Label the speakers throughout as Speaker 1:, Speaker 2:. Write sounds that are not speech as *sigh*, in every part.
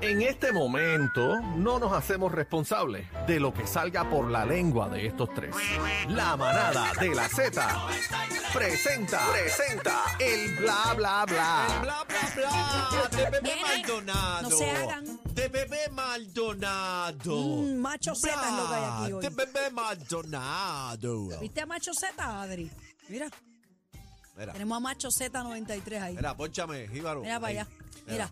Speaker 1: En este momento no nos hacemos responsables de lo que salga por la lengua de estos tres. La manada de la Z presenta, presenta el bla bla bla.
Speaker 2: Bla, bla, bla, de Pepe
Speaker 3: Nene,
Speaker 2: Maldonado.
Speaker 3: no se hagan.
Speaker 2: De Pepe Maldonado.
Speaker 3: Mm, macho Z es lo que hay aquí
Speaker 2: Bla,
Speaker 3: hoy.
Speaker 2: De Pepe Maldonado.
Speaker 3: ¿Viste a Macho Z, Adri? Mira,
Speaker 2: Mira,
Speaker 3: tenemos a Macho Z93 ahí. Mira,
Speaker 2: mira, ponchame, Jíbaro.
Speaker 3: para
Speaker 2: Ahí.
Speaker 3: allá. Mira.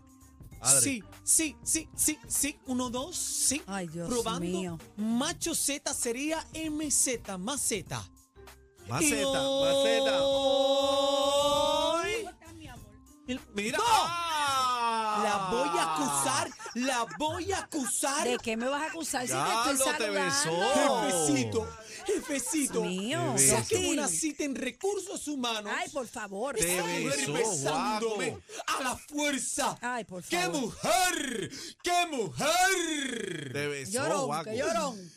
Speaker 2: Adri.
Speaker 4: Sí, sí, sí, sí, sí. Uno, dos, sí.
Speaker 3: Ay, Dios
Speaker 4: Probando.
Speaker 3: mío.
Speaker 4: Macho Z sería MZ, más Z.
Speaker 2: Maceta,
Speaker 4: Hoy- El-
Speaker 2: Mira.
Speaker 4: ¡No!
Speaker 2: ¡Ah!
Speaker 4: La voy a acusar, la voy a acusar.
Speaker 3: ¿De qué me vas a acusar si
Speaker 2: Ya
Speaker 3: te estoy
Speaker 2: lo te besó.
Speaker 3: saludando?
Speaker 4: Jefecito, jefecito.
Speaker 3: Oh. Dios mío,
Speaker 2: Qué
Speaker 4: Saquen
Speaker 3: Sotil.
Speaker 4: una cita en recursos humanos.
Speaker 3: Ay, por favor.
Speaker 2: Te
Speaker 4: Esa mujer
Speaker 2: besó,
Speaker 4: besándome
Speaker 2: guaco.
Speaker 4: a la fuerza.
Speaker 3: Ay, por
Speaker 4: ¡Qué
Speaker 3: favor.
Speaker 4: mujer! ¡Qué mujer!
Speaker 2: Te besó,
Speaker 3: Llorón,
Speaker 2: guaco.
Speaker 3: que llorón.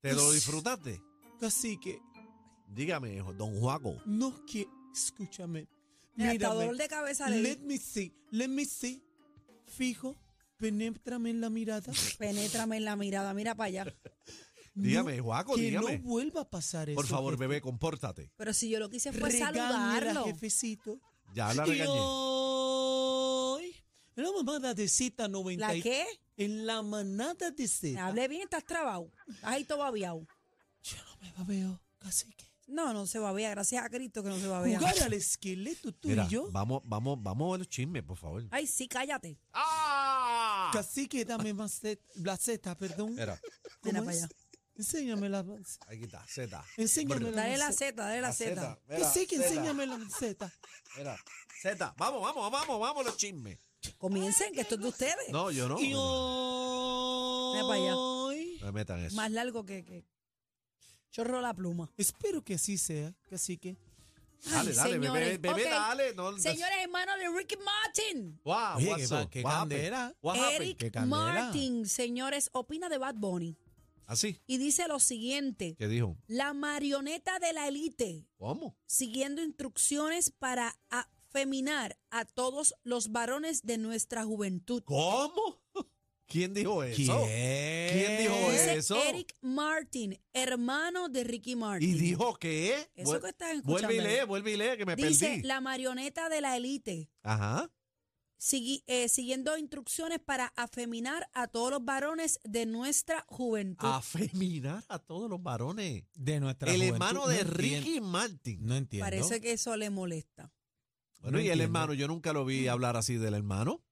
Speaker 2: ¿Te lo disfrutaste?
Speaker 4: Así que
Speaker 2: Dígame, hijo, don Juaco.
Speaker 4: No que, escúchame.
Speaker 3: Mira, hasta
Speaker 4: mírame.
Speaker 3: dolor de cabeza le
Speaker 4: Let
Speaker 3: di.
Speaker 4: me see, let me see. Fijo, penétrame en la mirada.
Speaker 3: Penétrame en la mirada, mira para allá.
Speaker 2: Dígame,
Speaker 4: No,
Speaker 2: Juaco,
Speaker 4: que
Speaker 2: dígame.
Speaker 4: no vuelva a pasar eso.
Speaker 2: Por favor,
Speaker 4: jefe.
Speaker 2: bebé, compórtate.
Speaker 3: Pero si yo lo que hice fue
Speaker 4: Regáñela,
Speaker 3: pues saludarlo.
Speaker 4: jefecito.
Speaker 2: Ya la
Speaker 4: y
Speaker 2: regañé.
Speaker 4: hoy, en la mamada de Z 90.
Speaker 3: ¿La qué?
Speaker 4: En la manada de Z.
Speaker 3: Hable bien, estás trabado. Estás ahí todo babeado.
Speaker 4: Yo no me babeo, casi que.
Speaker 3: No, no se babea, gracias a Cristo que no se babea.
Speaker 4: Jugar al esqueleto tú
Speaker 2: Mira,
Speaker 4: y yo.
Speaker 2: vamos, vamos, vamos a los chismes, por favor.
Speaker 3: Ay, sí, cállate.
Speaker 2: ¡Ah!
Speaker 4: Casi que dame más Z, la Z, perdón.
Speaker 2: Mira,
Speaker 4: ¿Cómo
Speaker 3: Mira pa'
Speaker 4: es?
Speaker 3: allá.
Speaker 4: Enséñame la Z.
Speaker 2: aquí está, Z.
Speaker 4: Enséñame
Speaker 3: Dale la
Speaker 4: Z.
Speaker 3: Z, dale la Z.
Speaker 4: Que sí, que enséñame la Z.
Speaker 2: Mira, Z, vamos, vamos, vamos, vamos los chismes.
Speaker 3: Comiencen, que esto es de ustedes.
Speaker 2: No, yo no.
Speaker 4: Y
Speaker 2: No
Speaker 3: para allá.
Speaker 4: hoy,
Speaker 2: me metan eso.
Speaker 3: Más largo que, que. Chorro la pluma.
Speaker 4: espero que así sea, así que
Speaker 2: Dale,
Speaker 3: Ay,
Speaker 2: dale, bebé,
Speaker 3: señores,
Speaker 2: bebé,
Speaker 3: ok.
Speaker 2: dale. No,
Speaker 3: Señores, hermano de Ricky Martin.
Speaker 2: Wow,
Speaker 4: Oye,
Speaker 2: what's
Speaker 4: qué pa-
Speaker 2: up?
Speaker 4: qué
Speaker 2: What happened?
Speaker 4: candela.
Speaker 2: What happened?
Speaker 3: Eric
Speaker 4: candela.
Speaker 3: Martin, señores, opina de Bad Bunny
Speaker 2: ¿Así?
Speaker 3: y dice lo siguiente.
Speaker 2: Ah, ¿Qué dijo?
Speaker 3: La marioneta de la élite,
Speaker 2: ¿Cómo?
Speaker 3: siguiendo instrucciones para afeminar a todos los varones de nuestra juventud.
Speaker 2: ¿Cómo? *laughs* ¿Quién dijo eso? ¿Quién dijo
Speaker 3: Dice
Speaker 2: eso?
Speaker 3: Eric Martin, hermano de Ricky Martin.
Speaker 2: ¿Y dijo qué?
Speaker 3: Eso
Speaker 2: Vuel-
Speaker 3: que estás escuchando
Speaker 2: Vuelve y
Speaker 3: ahí.
Speaker 2: lee, vuelve y lee, que me
Speaker 3: dice
Speaker 2: perdí.
Speaker 3: la marioneta de la élite.
Speaker 2: Ajá.
Speaker 3: sigui- eh, siguiendo instrucciones para afeminar a todos los varones de nuestra juventud.
Speaker 4: Ah,
Speaker 2: Afeminar a todos los varones.
Speaker 4: de nuestra
Speaker 2: El
Speaker 4: juventud,
Speaker 2: hermano
Speaker 4: no
Speaker 2: de
Speaker 4: entien-
Speaker 2: Ricky Martin.
Speaker 4: No entiendo.
Speaker 3: Parece que eso le molesta.
Speaker 2: Bueno,
Speaker 4: No
Speaker 2: y el
Speaker 4: entiendo. Mm.
Speaker 2: hermano, yo nunca lo vi hablar así del hermano.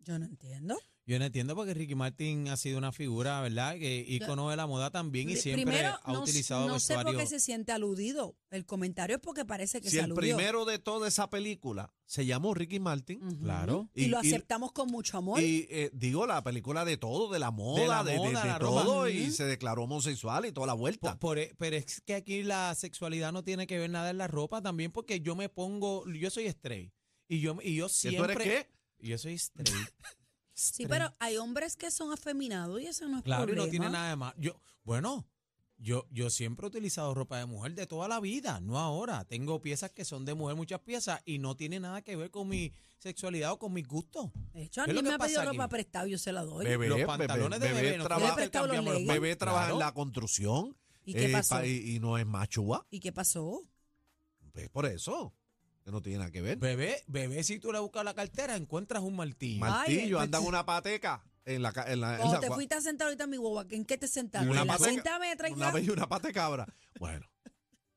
Speaker 3: Yo no entiendo.
Speaker 4: Yo no entiendo porque Ricky Martin ha sido una figura, ¿verdad? Que ícono de la moda también y
Speaker 3: Pri-
Speaker 4: siempre
Speaker 3: Primero,
Speaker 4: ha
Speaker 3: no,
Speaker 4: utilizado
Speaker 3: no sé por
Speaker 4: vestuario.
Speaker 3: qué se siente aludido. El comentario es porque parece que
Speaker 2: Si
Speaker 3: se
Speaker 2: el
Speaker 3: aludió.
Speaker 2: primero de toda esa película se llamó Ricky Martin.
Speaker 3: Ujú.
Speaker 4: Claro.
Speaker 3: Y, lo
Speaker 2: Y- y-
Speaker 3: aceptamos con mucho amor.
Speaker 2: Y eh, digo, la película de todo, de la moda, de, de-
Speaker 4: moda,
Speaker 2: de
Speaker 4: la ropa.
Speaker 2: todo, y
Speaker 4: Ujú.
Speaker 2: se declaró homosexual y toda la vuelta.
Speaker 4: Por- por- pero es que aquí la sexualidad no tiene que ver nada en la ropa también porque yo me pongo, yo soy straight y yo y yo
Speaker 2: ¿Que
Speaker 4: siempre
Speaker 2: tú eres qué?
Speaker 4: y Yo soy straight.
Speaker 3: sí,
Speaker 4: Straight.
Speaker 3: pero hay hombres que son afeminados y eso no es
Speaker 4: Claro,
Speaker 3: problema.
Speaker 4: y no tiene nada de más. Yo, bueno, yo, yo siempre he utilizado ropa de mujer de toda la vida, no ahora. Tengo piezas que son de mujer, muchas piezas, y no tiene nada que ver con mi sexualidad o con mis gustos.
Speaker 3: De hecho, a
Speaker 4: ¿Qué es
Speaker 3: mí
Speaker 4: lo
Speaker 3: me
Speaker 4: que
Speaker 3: ha pedido
Speaker 4: pasa aquí?
Speaker 3: ropa prestada y yo se la doy.
Speaker 2: Bebé,
Speaker 4: los
Speaker 2: bebé,
Speaker 4: pantalones de
Speaker 2: bebé
Speaker 4: bebé, nosotros
Speaker 2: trabaja-
Speaker 3: Yo le he prestado
Speaker 4: intercambiamos
Speaker 3: los
Speaker 4: los
Speaker 3: leggings.
Speaker 2: Bebé trabaja en
Speaker 4: Claro.
Speaker 2: la construcción
Speaker 3: ¿Y qué
Speaker 2: eh,
Speaker 3: pasó?
Speaker 2: pa- y, y no es machúa.
Speaker 3: ¿Y qué
Speaker 4: *laughs*
Speaker 3: pasó?
Speaker 2: Pues por eso, que no tiene nada que ver.
Speaker 4: Bebé, bebé, si tú le buscas la cartera, encuentras un martillo.
Speaker 3: Ma-
Speaker 2: Martillo,
Speaker 3: Ay,
Speaker 2: anda en
Speaker 3: entonces-
Speaker 2: una pateca. En la, ca- en la- en
Speaker 3: Cuando
Speaker 2: la
Speaker 3: te
Speaker 2: gua-
Speaker 3: fuiste a sentar ahorita mi guagua, ¿en qué te sentaste?
Speaker 2: Una
Speaker 3: ¿En la
Speaker 2: pateca-
Speaker 3: cinta metra y
Speaker 2: una
Speaker 3: ya?
Speaker 2: vez y una pata de cabra. Bueno,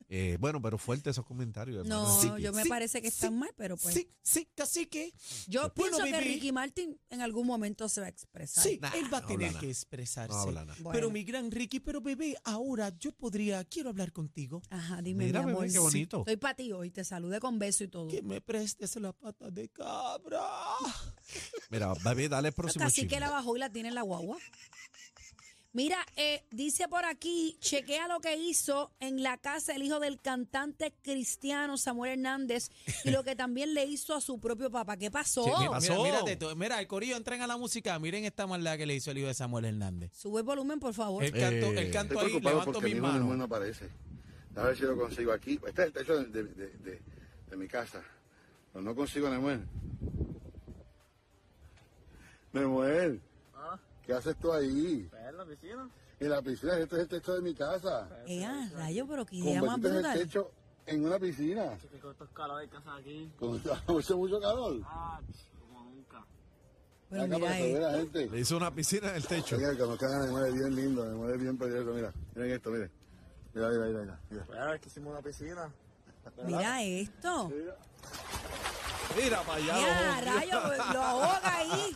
Speaker 2: eh, bueno, pero fuerte esos comentarios. hermano.
Speaker 3: No,
Speaker 4: Sí,
Speaker 3: yo me
Speaker 4: Pues, sí,
Speaker 3: parece que están
Speaker 4: sí,
Speaker 3: mal, pero pues...
Speaker 4: Sí, sí, casi que
Speaker 3: Yo pienso
Speaker 4: Bueno,
Speaker 3: que
Speaker 4: Bibi.
Speaker 3: Ricky Martin en algún momento se va a expresar.
Speaker 4: sí,
Speaker 2: Nah,
Speaker 4: él va a
Speaker 2: no
Speaker 4: tener
Speaker 2: habla
Speaker 4: que
Speaker 2: nada.
Speaker 4: expresarse.
Speaker 2: No habla nada.
Speaker 3: Bueno.
Speaker 4: Pero mi gran Ricky, pero bebé, ahora yo podría, quiero hablar contigo.
Speaker 3: Ajá, dime,
Speaker 2: Mira,
Speaker 3: mi
Speaker 2: bebé,
Speaker 3: amor.
Speaker 2: qué
Speaker 3: sí.
Speaker 2: bonito.
Speaker 3: Estoy para ti hoy, te saludé con beso y todo.
Speaker 4: Que me prestes la pata de cabra.
Speaker 2: Mira, bebé, dale el próximo
Speaker 3: Casi que
Speaker 2: chisme.
Speaker 3: la bajó y la tiene en la guagua. Mira, eh, dice por aquí, chequea lo que hizo en la casa el hijo del cantante cristiano Samuel Hernández y lo que también le hizo a su propio papá. ¿Qué pasó?
Speaker 2: Sí, ¿qué
Speaker 4: Mira,
Speaker 2: pasó?
Speaker 4: mírate tú, mira, el corillo entren a la música. Miren esta maldad que le hizo el hijo de Samuel Hernández.
Speaker 3: Sube el volumen, por favor.
Speaker 4: El canto,
Speaker 2: Eh,
Speaker 4: el canto
Speaker 5: Estoy
Speaker 4: ahí,
Speaker 5: preocupado
Speaker 4: levanto
Speaker 5: porque mi
Speaker 4: mis
Speaker 5: hijo no- no
Speaker 4: manos.
Speaker 5: aparece. A ver si lo consigo aquí. Este es el techo de, de- de- de- de mi casa. Pero no consigo a Nemuel. Nemuel, ¿qué haces tú ahí?
Speaker 6: Ah. Pues, en la piscina. Pues,
Speaker 5: En la piscina, este es el techo de mi casa.
Speaker 3: Eh, ah, rayo, pero que idea más
Speaker 5: Convertiste el
Speaker 3: brutal.
Speaker 5: techo en una piscina.
Speaker 6: Te costó escalar de casa aquí.
Speaker 5: Con *laughs* hace mucho calor.
Speaker 6: Ah, ch, como nunca.
Speaker 3: Pero
Speaker 5: Acá para
Speaker 3: mira,
Speaker 5: que se vea
Speaker 3: eh,
Speaker 5: la gente.
Speaker 2: Le hizo una piscina en el techo.
Speaker 5: Oiga, conozcan a Nemuel, es bien lindo. Nemuel es bien precioso. Mira, miren esto, miren. Mira, mira, mira, mira, mira.
Speaker 6: Pero es que hicimos una piscina.
Speaker 3: e, mira esto.
Speaker 2: Mira para allá.
Speaker 3: Ya,
Speaker 2: ojo.
Speaker 3: rayo, lo ahoga ahí.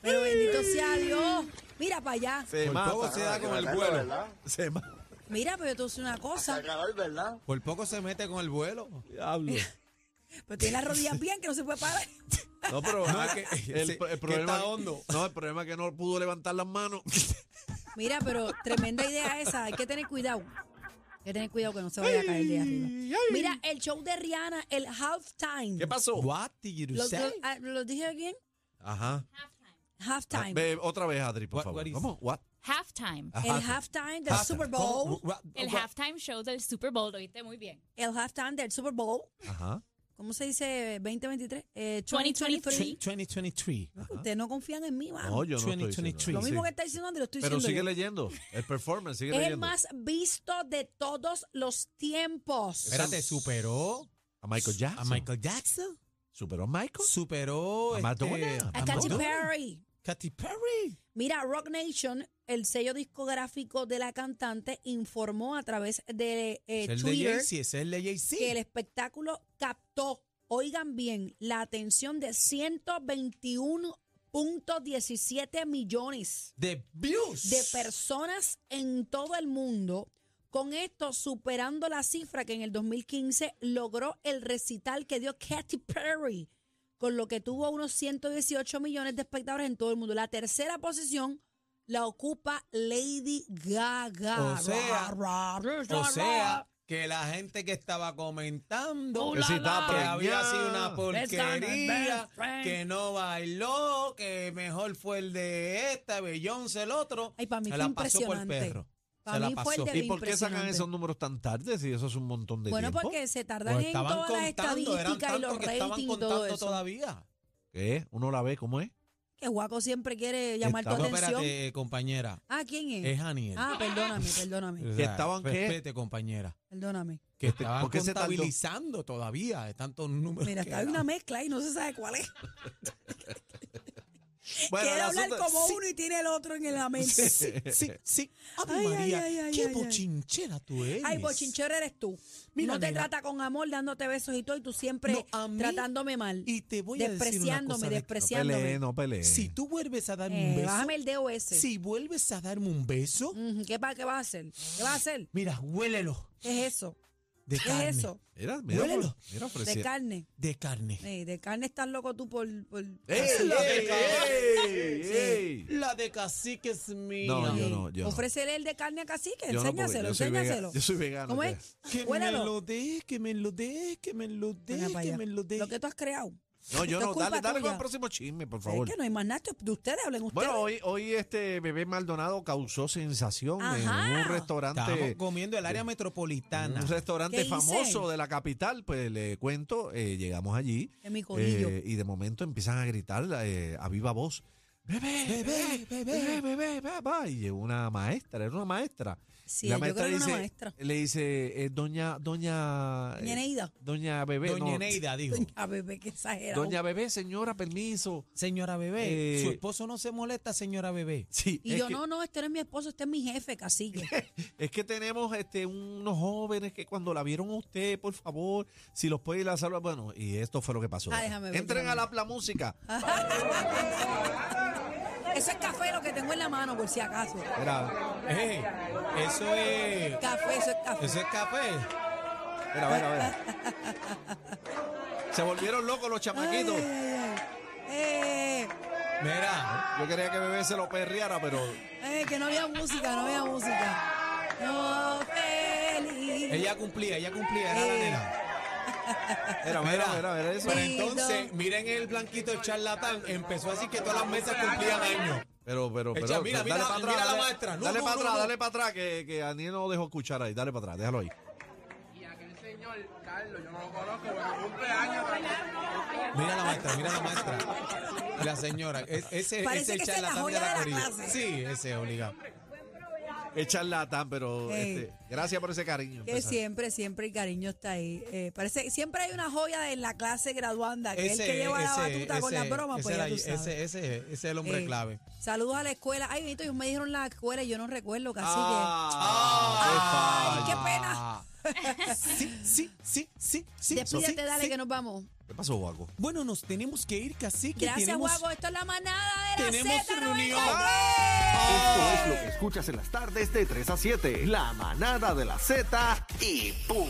Speaker 3: Pero bendito sea Dios. Mira para allá.
Speaker 2: Se
Speaker 4: Por
Speaker 2: mata. Ah,
Speaker 4: poco se da con el
Speaker 5: ¿verdad?
Speaker 4: vuelo.
Speaker 5: ¿verdad?
Speaker 2: Se mata.
Speaker 3: Mira, pero yo te voy a decir una cosa.
Speaker 5: Está calor, ¿verdad?
Speaker 4: Por poco se mete con el vuelo.
Speaker 2: Diablo.
Speaker 3: Pero tiene las rodillas bien que no se puede parar.
Speaker 2: No, pero
Speaker 4: No,
Speaker 2: ah,
Speaker 4: que- *laughs*
Speaker 2: el,
Speaker 4: sí,
Speaker 2: el
Speaker 4: que
Speaker 2: problema
Speaker 4: está hondo.
Speaker 2: No, el problema es que no pudo levantar las
Speaker 4: *laughs*
Speaker 2: manos.
Speaker 3: Mira, pero tremenda idea esa. Hay que tener cuidado. Hay que tener cuidado que no se vaya a caer de arriba. Mira, el show de Rihanna, el halftime.
Speaker 2: ¿Qué pasó?
Speaker 4: What did you
Speaker 3: ¿Lo,
Speaker 4: say?
Speaker 3: lo- ah, ¿lo dije bien?
Speaker 2: Ajá. Ah,
Speaker 3: Halftime.
Speaker 2: ve, otra vez, Adri, por
Speaker 4: What-
Speaker 2: favor.
Speaker 4: what is-
Speaker 2: ¿Cómo? What?
Speaker 7: Halftime.
Speaker 2: Ajá.
Speaker 3: El halftime del
Speaker 2: Halftime.
Speaker 3: Super
Speaker 4: ¿Cómo?
Speaker 3: Bowl.
Speaker 4: What-
Speaker 7: El
Speaker 4: what-
Speaker 7: halftime show del Super Bowl, lo oíste muy bien.
Speaker 3: El halftime del Super Bowl.
Speaker 2: Ajá.
Speaker 3: ¿Cómo se dice 2023? Eh,
Speaker 7: 2023.
Speaker 3: 2023.
Speaker 4: 2023.
Speaker 3: Ustedes no confían en mí, mano.
Speaker 2: Ah. No, yo no estoy diciendo nada.
Speaker 4: 2023.
Speaker 3: Lo mismo
Speaker 4: sí.
Speaker 3: que está diciendo Andy, lo estoy
Speaker 2: Pero
Speaker 3: diciendo.
Speaker 2: sigue
Speaker 3: yo.
Speaker 2: leyendo. El performance, sigue
Speaker 3: es el
Speaker 2: leyendo.
Speaker 3: más visto de todos los tiempos.
Speaker 4: Espérate, superó
Speaker 2: A Michael Jackson.
Speaker 4: a Michael Jackson.
Speaker 2: ¿Superó a Michael?
Speaker 4: Superó
Speaker 2: A
Speaker 4: este,
Speaker 2: Madonna.
Speaker 3: A Katy
Speaker 4: Madonna.
Speaker 3: Perry.
Speaker 4: Katy Perry.
Speaker 3: Mira, Rock Nation, el sello discográfico de la cantante, informó a través de eh,
Speaker 4: Es el de
Speaker 3: Twitter
Speaker 4: Jay-Z, es el de Jay-Z.
Speaker 3: que el espectáculo captó, oigan bien, la atención de 121.17 millones
Speaker 4: De views.
Speaker 3: de personas en todo el mundo. Con esto superando la cifra que en el 2015 logró el recital que dio Katy Perry, con lo que tuvo unos 118 millones de espectadores en todo el mundo. La tercera posición la ocupa Lady Gaga.
Speaker 4: O sea,
Speaker 3: Ra, ra, ra,
Speaker 4: O
Speaker 3: ra.
Speaker 4: sea, que la gente que estaba comentando
Speaker 3: Hola,
Speaker 4: que
Speaker 3: la.
Speaker 4: había sido una
Speaker 3: Besame,
Speaker 4: porquería,
Speaker 3: best friend.
Speaker 4: que no bailó, que mejor fue el de esta, Beyoncé el otro.
Speaker 3: Ay, pa' mí
Speaker 4: se
Speaker 3: fue
Speaker 4: la pasó por el
Speaker 3: impresionante.
Speaker 4: perro.
Speaker 3: Pa'
Speaker 4: se la
Speaker 3: mí fue el
Speaker 4: pasó.
Speaker 3: de-
Speaker 2: ¿Y por qué sacan
Speaker 3: Impresionante.
Speaker 2: esos números tan tarde si eso es un montón de
Speaker 3: Bueno,
Speaker 2: tiempo?
Speaker 3: porque se tardan
Speaker 4: Pues
Speaker 3: en
Speaker 4: estaban
Speaker 3: todas las
Speaker 4: contando, eran
Speaker 3: estadísticas y
Speaker 4: tantos
Speaker 3: los
Speaker 4: que estaban
Speaker 3: ratings y todo
Speaker 4: contando
Speaker 3: eso.
Speaker 4: todavía.
Speaker 2: ¿Qué? Uno la ve, ¿cómo es?
Speaker 3: Que Guaco siempre quiere llamar tu
Speaker 4: No,
Speaker 2: Estaba-
Speaker 3: atención.
Speaker 4: espérate, compañera.
Speaker 3: Ah, ¿quién es?
Speaker 4: Es Aniel.
Speaker 3: Ah,
Speaker 4: *laughs*
Speaker 3: perdóname, perdóname,
Speaker 4: O
Speaker 2: ¿Que
Speaker 4: sea, pues,
Speaker 2: estaban qué?
Speaker 4: Respete, compañera.
Speaker 3: perdóname.
Speaker 4: Que estaban
Speaker 2: por qué se tardó?
Speaker 4: contabilizando todavía de tantos números.
Speaker 3: Mira,
Speaker 4: que
Speaker 3: está hay
Speaker 4: eran. *laughs*
Speaker 3: una mezcla y no se sabe cuál es.
Speaker 2: Bueno, el
Speaker 3: quiere hablar
Speaker 2: asunto-
Speaker 3: como
Speaker 2: sí.
Speaker 3: uno y tiene el otro en la mente.
Speaker 4: *laughs* Sí, sí, sí. Ave
Speaker 3: Ay, ay,
Speaker 4: María,
Speaker 3: ay, ay,
Speaker 4: qué
Speaker 3: ay, ay.
Speaker 4: bochinchera tú eres.
Speaker 3: Ay, bochinchero eres tú.
Speaker 4: Mira,
Speaker 3: no te
Speaker 4: nena.
Speaker 3: trata con amor, dándote besos y todo, y tú siempre
Speaker 4: No, a mí-
Speaker 3: tratándome mal.
Speaker 4: Y te voy a decir una
Speaker 3: despreciándome,
Speaker 4: cosa de-
Speaker 2: No
Speaker 3: despreciándome.
Speaker 2: peleen, no peleen.
Speaker 4: Si tú vuelves a darme un
Speaker 3: Eh,
Speaker 4: beso.
Speaker 3: bájame Mm. el dedo ese.
Speaker 4: Si vuelves a darme un beso,
Speaker 3: Ujú, ¿Qué, va, ¿Qué vas a hacer? ¿Qué vas a hacer?
Speaker 4: mira, huélelo.
Speaker 3: ¿Qué es eso?
Speaker 4: De
Speaker 3: ¿Qué
Speaker 4: carne.
Speaker 3: es eso?
Speaker 2: Mira, mira, pues,
Speaker 4: Huélelo.
Speaker 2: mira,
Speaker 3: De
Speaker 2: ofrecía.
Speaker 3: carne.
Speaker 4: De carne.
Speaker 3: Eh, de carne estás loco tú por... por- *laughs*
Speaker 2: ¡Ey, ey, ey,
Speaker 3: Sí.
Speaker 2: ey!
Speaker 4: La de cacique es mía.
Speaker 2: No, yo
Speaker 3: Eh,
Speaker 2: no, yo no.
Speaker 3: ofrécele el de carne a cacique,
Speaker 2: Yo no, porque
Speaker 3: enséñaselo,
Speaker 2: yo soy vega-
Speaker 3: enséñaselo.
Speaker 2: yo soy vegano, pues.
Speaker 3: ¿Cómo
Speaker 2: ya.
Speaker 3: es?
Speaker 4: Que me
Speaker 3: Huélalo.
Speaker 4: lo dé, que me lo dé, que me lo dé,
Speaker 3: Venga para
Speaker 4: que
Speaker 3: allá.
Speaker 4: me lo dé.
Speaker 3: Lo que tú has creado.
Speaker 2: No, yo
Speaker 3: Esto es
Speaker 2: no.
Speaker 3: culpa
Speaker 2: Dale, dale con
Speaker 3: tuya.
Speaker 2: el próximo chisme, por
Speaker 3: Es
Speaker 2: favor.
Speaker 3: que no hay más nada, de ustedes hablen ustedes.
Speaker 2: Bueno, hoy, hoy este bebé Maldonado causó sensación en
Speaker 3: Ajá.
Speaker 2: un
Speaker 4: Estábamos
Speaker 2: restaurante.
Speaker 4: comiendo el área metropolitana.
Speaker 2: Un
Speaker 3: ¿Qué
Speaker 2: restaurante
Speaker 3: hice?
Speaker 2: famoso de la capital, pues le cuento, eh, llegamos allí
Speaker 3: En mi corillo.
Speaker 2: eh, y de momento empiezan a gritar eh, a viva voz, bebé, bebé, bebé, bebé, bebé, bebé. y llegó una maestra, era una maestra.
Speaker 3: Sí,
Speaker 2: Y la
Speaker 3: yo
Speaker 2: maestra
Speaker 3: creo que era
Speaker 2: dice,
Speaker 3: una maestra.
Speaker 2: le dice, eh, doña, doña,
Speaker 3: Doña
Speaker 2: eh,
Speaker 3: Neida.
Speaker 2: doña bebé,
Speaker 4: Doña
Speaker 2: no,
Speaker 4: Eneida dijo.
Speaker 3: A bebé, que exagerado.
Speaker 2: doña bebé, señora, permiso.
Speaker 4: Señora bebé,
Speaker 2: Eh,
Speaker 4: su esposo no se molesta, señora bebé.
Speaker 2: Sí,
Speaker 3: y
Speaker 2: es
Speaker 3: yo,
Speaker 2: que-
Speaker 3: no, no, este no es mi esposo, este es mi jefe, cacique. *laughs*
Speaker 2: Es que tenemos este, unos jóvenes que cuando la vieron a usted, por favor, si los puede ir a salvar. Bueno, y esto fue lo que pasó.
Speaker 3: Ah, déjame ver,
Speaker 2: Entren
Speaker 3: déjame
Speaker 2: a la
Speaker 3: ver.
Speaker 2: Pla Música.
Speaker 3: Eso es café lo que tengo en la mano, por si acaso.
Speaker 2: Mira,
Speaker 4: Eh, eso es.
Speaker 3: Café, eso es café.
Speaker 4: Eso es café.
Speaker 2: mira, mira, mira. Se volvieron locos los
Speaker 3: Ay,
Speaker 2: chamaquitos.
Speaker 3: ay, ay. Eh,
Speaker 4: Mira,
Speaker 2: Yo quería que bebé se lo perreara, pero
Speaker 3: eh, que no había música, no había música. No, feliz.
Speaker 4: ella cumplía, ella cumplía, era la
Speaker 3: Eh.
Speaker 4: nena.
Speaker 2: era, mira, era, era eso.
Speaker 4: Pero
Speaker 3: Sí,
Speaker 4: entonces, miren el blanquito, el charlatán, empezó así que todas las mesas cumplían años.
Speaker 2: Pero, pero, pero,
Speaker 4: Echa, mira,
Speaker 2: dale
Speaker 4: mira la-
Speaker 2: para atrás.
Speaker 4: mira la
Speaker 2: dale-
Speaker 4: maestra. No,
Speaker 2: dale
Speaker 4: no,
Speaker 2: para
Speaker 4: no,
Speaker 2: atrás,
Speaker 4: no.
Speaker 2: dale para atrás, que, que Aniel no dejó escuchar ahí. Dale para atrás, déjalo ahí.
Speaker 4: Mira la maestra, mira la maestra. La señora, es- ese ese es
Speaker 3: Parece
Speaker 4: el
Speaker 3: que esa es la
Speaker 4: charlatán de
Speaker 3: joya
Speaker 4: la
Speaker 3: de la
Speaker 4: corilla.
Speaker 3: clase.
Speaker 4: Sí, ese obligado.
Speaker 2: Es charlatán, pero
Speaker 3: Ey.
Speaker 2: este, gracias por ese cariño.
Speaker 3: Que
Speaker 2: empezar.
Speaker 3: siempre, siempre el cariño está ahí. Eh, parece, siempre hay una joya en la clase graduanda, que es el que lleva la batuta con las bromas,
Speaker 4: ese
Speaker 3: pues
Speaker 4: era-
Speaker 3: ya tú sabes.
Speaker 4: ese- ese- ese es el hombre
Speaker 3: Eh,
Speaker 4: clave.
Speaker 3: Saludos a la escuela. Ay, Benito, ellos me dijeron la escuela y yo no recuerdo, casi
Speaker 2: Ah,
Speaker 3: Ay,
Speaker 2: qué
Speaker 3: qué
Speaker 2: falla.
Speaker 3: pena.
Speaker 4: Sí, sí, sí, sí, sí.
Speaker 3: que... Despídete,
Speaker 4: sí,
Speaker 3: dale,
Speaker 4: sí.
Speaker 3: que nos vamos.
Speaker 2: ¿Qué pasó, Guaco?
Speaker 4: Bueno, nos tenemos que ir, cacique.
Speaker 3: Gracias,
Speaker 4: tenemos-
Speaker 3: Guago. Esto es la manada de la
Speaker 4: Tenemos
Speaker 3: Z93.
Speaker 4: reunión.
Speaker 1: Esto es lo que escuchas en las tardes de 3 a 7. La manada de la Z y ¡pum!